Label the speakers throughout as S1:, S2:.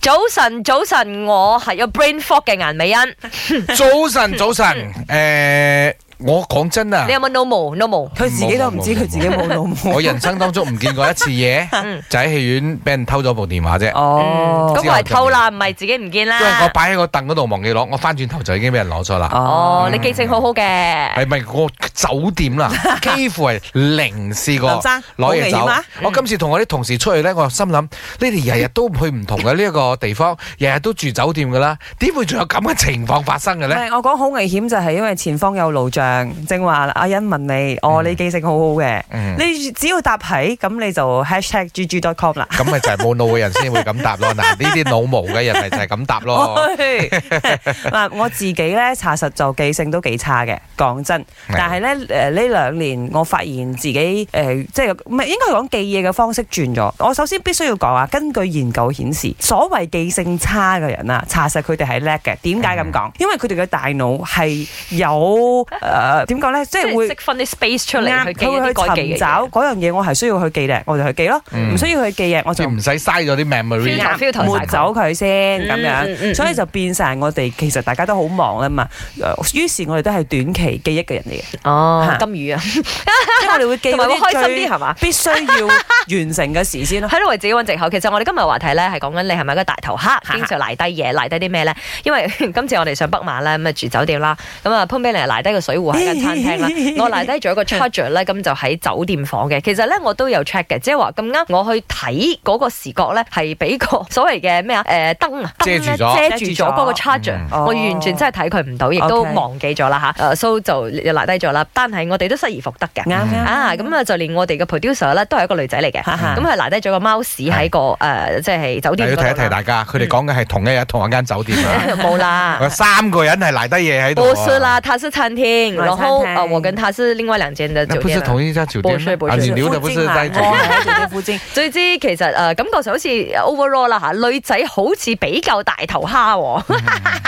S1: 早晨，早晨，我係有 brain fog 嘅顏美欣，
S2: 早晨，早晨，
S3: 嗯
S2: 诶、我講真啊
S1: 你，有冇 no mo no mo？
S3: 佢自己都唔知佢自己冇老母。
S2: 我人生當中唔見過一次嘢
S1: 嗯，
S2: 就喺戲院俾人偷咗部電話啫。
S1: 嗯
S3: 哦
S1: 嗰個係偷啦，唔係自己唔見
S2: 因為我
S1: 啦。
S2: 擺喺個凳嗰度忘記攞，我翻轉頭就已經俾人攞咗啦。
S1: 哦，你記性好好嘅，
S2: 係咪我酒店 啦？幾乎係零試過
S3: 林生
S2: 攞嘢
S3: 好
S2: 走
S3: 危險啊。
S2: 我今次同我啲同事出去咧，我心諗呢哋日日都去唔同嘅呢一個地方，日日都住酒店噶啦，點會仲有咁嘅情況發生嘅
S3: 唔
S2: 咧？
S3: 係，我講好危險就係因為前方有路障，正話阿欣問你，哦，
S2: 嗯
S3: 你記性好好嘅，
S2: 嗯
S3: 你只要答係，咁你就 hashtag gg.com 啦。
S2: 咁咪就係冇腦嘅人先會咁答咯。嗱，呢啲腦毛嘅人咪就係咁答 咯。
S3: 喂嗱，我自己咧查實就記性都幾差嘅，講真。但係咧誒呢兩年，我發現自己誒、呃即係唔係應該講記嘢嘅方式轉咗。我首先必須要講啊，根據研究顯示，所謂記性差嘅人啊，查實佢哋係叻嘅。點解咁講？因為佢哋嘅大腦係有誒點講咧，即
S1: 即
S3: 係
S1: 係
S3: 會
S1: 識。分啲 space 出嚟
S3: 啱
S1: 去記
S3: 佢
S1: 一啲
S3: 會
S1: 該記
S3: 去
S1: 嘅
S3: 尋找
S1: 嘢。
S3: 嗰樣嘢，我係需要去記嘅，我就去記咯。
S2: 嗯
S3: 唔需要去記嘅，我
S2: 即
S3: 就
S2: 係唔使嘥咗啲 memory。
S1: 啱 filter 晒佢
S3: 抹走佢先咁
S1: 嗯嗯
S3: 樣，
S1: 嗯
S3: 所以就變晒我哋其實大家都好忙啊嘛。呃於是我哋都係短期記憶嘅人嚟嘅，
S1: 哦
S3: 嚇
S1: 金 魚啊，
S3: 即係我哋會記
S1: 同埋會
S3: 嗰
S1: 開心
S3: 啲
S1: 啲
S3: 最
S1: 係嘛？
S3: 必須要完成嘅事先咯。
S1: 喺度為自己揾藉口。其實我哋今日話題咧係講緊你係咪一個大頭蝦，經常賴低嘢，賴低啲咩咧？因為 今次我哋上北馬咧，咁啊住酒店啦，咁啊潘比玲賴低個水壺喺間餐廳啦，我賴低咗一個 charger 咧，咁就喺酒店房嘅。其實咧我都有 check 嘅，即係話咁啱我去睇嗰個視覺咧係俾個所謂嘅咩啊誒燈啊燈
S2: 遮
S1: 咧
S2: 住咗
S1: 遮住咗嗰個 charger，
S2: 嗯
S1: 我完全真係睇佢唔到，亦都
S3: OK
S1: 忘記咗啦嚇。誒啊 so 就賴低咗啦，但係我哋都失而復得嘅。
S3: 啱啱
S1: 啊，
S2: 嗯
S1: 咁啊就連我哋嘅 producer 咧都係一個女仔嚟嘅，
S3: 哈哈
S1: 咁佢留低咗個貓屎喺個誒即係酒
S2: 但
S1: 店
S2: 要
S1: 嗰度
S2: 提一提
S1: 啦
S2: 大家，佢哋講嘅係同一日同一間酒店啊，
S1: 冇啦
S2: 有。三個人係賴低嘢喺度。啊哦
S1: 不是，啦，他是餐廳，
S3: 不是
S1: 然後
S3: 餐廳
S1: 呃我跟他是另外兩間嘅
S2: 那
S1: 酒
S2: 不
S1: 店
S2: 是
S1: 啦。
S2: 同一家酒店
S1: 不是不
S2: 嗎？
S1: 是
S2: 啊，你
S1: 是
S2: 留的不是在酒
S3: 我
S2: 店。
S3: 喺酒店附近。
S1: 最之其實誒感覺上好似呃 overall 啦嚇，女仔好似比較大頭蝦喎。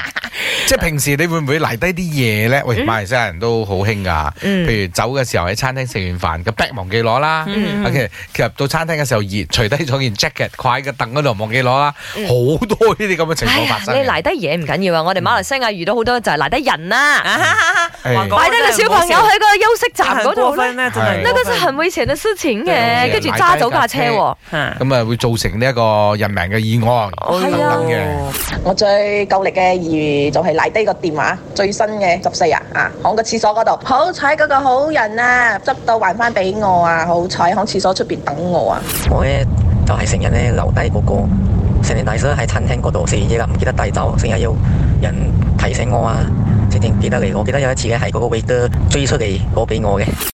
S2: 即係平時你會唔會賴低啲嘢咧？喂，馬來西亞人都好興㗎，
S1: 嗯
S2: 譬如走嘅時候喺餐廳食完飯，個 bag 忘記攞啦。
S3: 嗯
S2: 啊其實其實到餐廳嘅時候熱，除低咗件 jacket，掛喺個凳嗰度忘記攞啦，
S1: 嗯
S2: 好多呢啲咁嘅情
S1: 哎
S2: 況
S1: 呀
S2: 發，生嘅。嗯
S1: 你賴低嘢唔緊要啊，我哋馬來西亞遇到好多就係賴低人啦，
S2: 哎
S3: 話講
S1: 賴低個小朋友喺個休息站嗰度咧，
S3: 呢
S2: 係
S1: 那個是很危險的事情嘅，
S2: 係
S1: 跟住揸走架車
S2: 賴低架
S1: 喎
S2: 車。咁啊會造成呢一個人命嘅意外等
S1: 係啊
S2: 等嘅。
S4: 我最夠力嘅意義就係賴低個電話，最新嘅十四日啊，響個廁所嗰度。好彩嗰個好人啊，執到還翻俾我啊！好彩響廁所出邊等我啊！
S5: 我咧就係成日咧留低嗰個成年大 i 喺餐廳嗰度食完嘢啦，唔記得帶走，成日要人提醒我啊，先至記得嚟。我記得有一次咧係嗰個 waiter 追出嚟攞俾我嘅。